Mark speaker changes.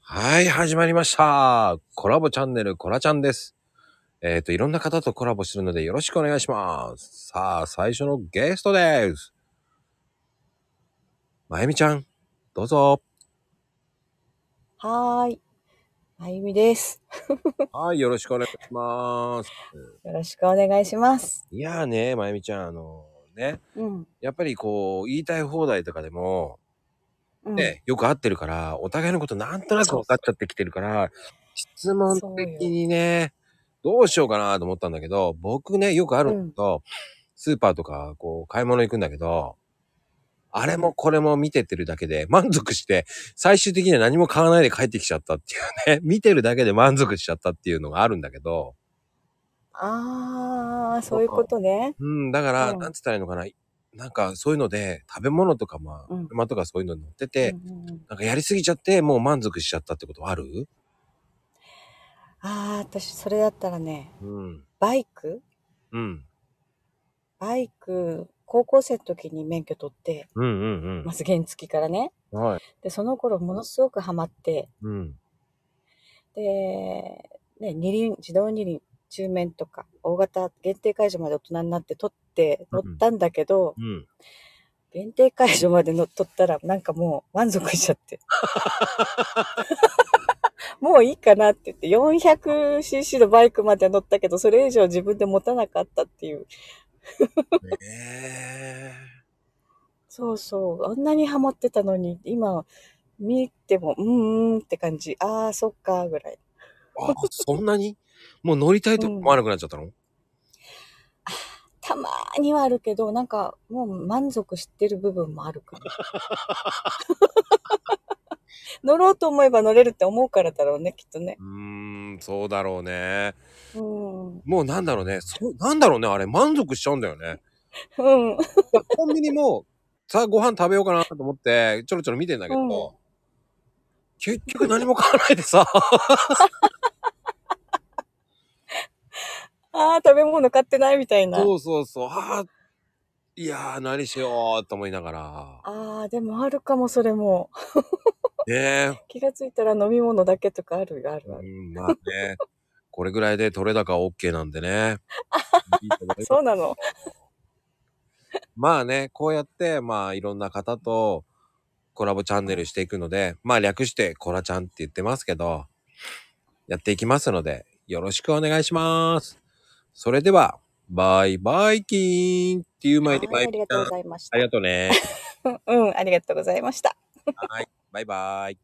Speaker 1: はい、始まりました。コラボチャンネル、コラちゃんです。えっ、と、いろんな方とコラボするのでよろしくお願いします。さあ、最初のゲストです。まゆみちゃん、どうぞ。
Speaker 2: はーい。あゆみです。
Speaker 1: はい、よろしくお願いします。
Speaker 2: よろしくお願いします。
Speaker 1: いやーね、まゆみちゃん、あのね、
Speaker 2: うん。
Speaker 1: やっぱりこう、言いたい放題とかでも、
Speaker 2: うん、
Speaker 1: ね、よく合ってるから、お互いのことなんとなく分かっちゃってきてるから、質問的にね、どうしようかなと思ったんだけど、僕ね、よくあるんだけど、スーパーとか、こう、買い物行くんだけど、あれもこれも見てってるだけで満足して、最終的には何も買わないで帰ってきちゃったっていうね、 見てるだけで満足しちゃったっていうのがあるんだけど、
Speaker 2: あー、そういうことね。
Speaker 1: うん、だから、
Speaker 2: うん
Speaker 1: なんつったらいいのかな、なんかそういうので、食べ物とか、まあ、
Speaker 2: うん
Speaker 1: 車とかそういうのに乗ってて、
Speaker 2: うんうんうん
Speaker 1: なんかやりすぎちゃって、もう満足しちゃったってことある
Speaker 2: あー、私、それだったらね、
Speaker 1: うん。
Speaker 2: バイク
Speaker 1: うん。
Speaker 2: バイク、高校生の時に免許取って、
Speaker 1: うんうん
Speaker 2: まず原付きからね。
Speaker 1: うん。はい。
Speaker 2: で、その頃、ものすごくハマって、
Speaker 1: うん。
Speaker 2: で、ね、二輪、自動二輪、中面とか、大型限定解除まで大人になって取って乗ったんだけど、
Speaker 1: うん。
Speaker 2: 限定解除までの取ったら、なんかもう満足しちゃって。 もういいかなって言って、400cc のバイクまで乗ったけど、それ以上自分で持たなかったっていう。
Speaker 1: え
Speaker 2: そうそう、あんなにハマってたのに、今、見ても、うーんって感じ。ああ、そっか、ぐらい。
Speaker 1: あ、そんなにもう乗りたいと思わなくなっちゃったの、
Speaker 2: たまーにはあるけど、なんか、もう満足してる部分もあるから。乗ろうと思えば乗れるって思うからだろうね、きっとね。
Speaker 1: うーん、そうだろうね。
Speaker 2: うん。
Speaker 1: もうなんだろうね。そう、なんだろうね。あれ、満足しちゃうんだよね。
Speaker 2: うん。
Speaker 1: コンビニも、さあご飯食べようかなと思って、ちょろちょろ見てんだけど、
Speaker 2: うん
Speaker 1: 結局何も買わないでさ、
Speaker 2: ああ、食べ物買ってないみたいな。
Speaker 1: そうそうそう、ああ、いやー、何しようと思いながら、
Speaker 2: ああ、でもあるかも、それも。
Speaker 1: ねえ、
Speaker 2: 気がついたら飲み物だけとかある、ある、あ
Speaker 1: う
Speaker 2: る。
Speaker 1: ん、まあね、これぐらいで取れ高 OK なんでね。いいと思います
Speaker 2: そうなの。
Speaker 1: まあね、こうやって、まあいろんな方とコラボチャンネルしていくので、まあ略してコラちゃんって言ってますけど、やっていきますので、よろしくお願いします。それでは、バイバイキーンっていう
Speaker 2: は
Speaker 1: 前
Speaker 2: い
Speaker 1: に、バ
Speaker 2: あ
Speaker 1: イバ
Speaker 2: り
Speaker 1: イ
Speaker 2: がとうございまし
Speaker 1: あ
Speaker 2: た
Speaker 1: り。がとうね。
Speaker 2: うん、ありがとうございました。
Speaker 1: はい、バイバイ。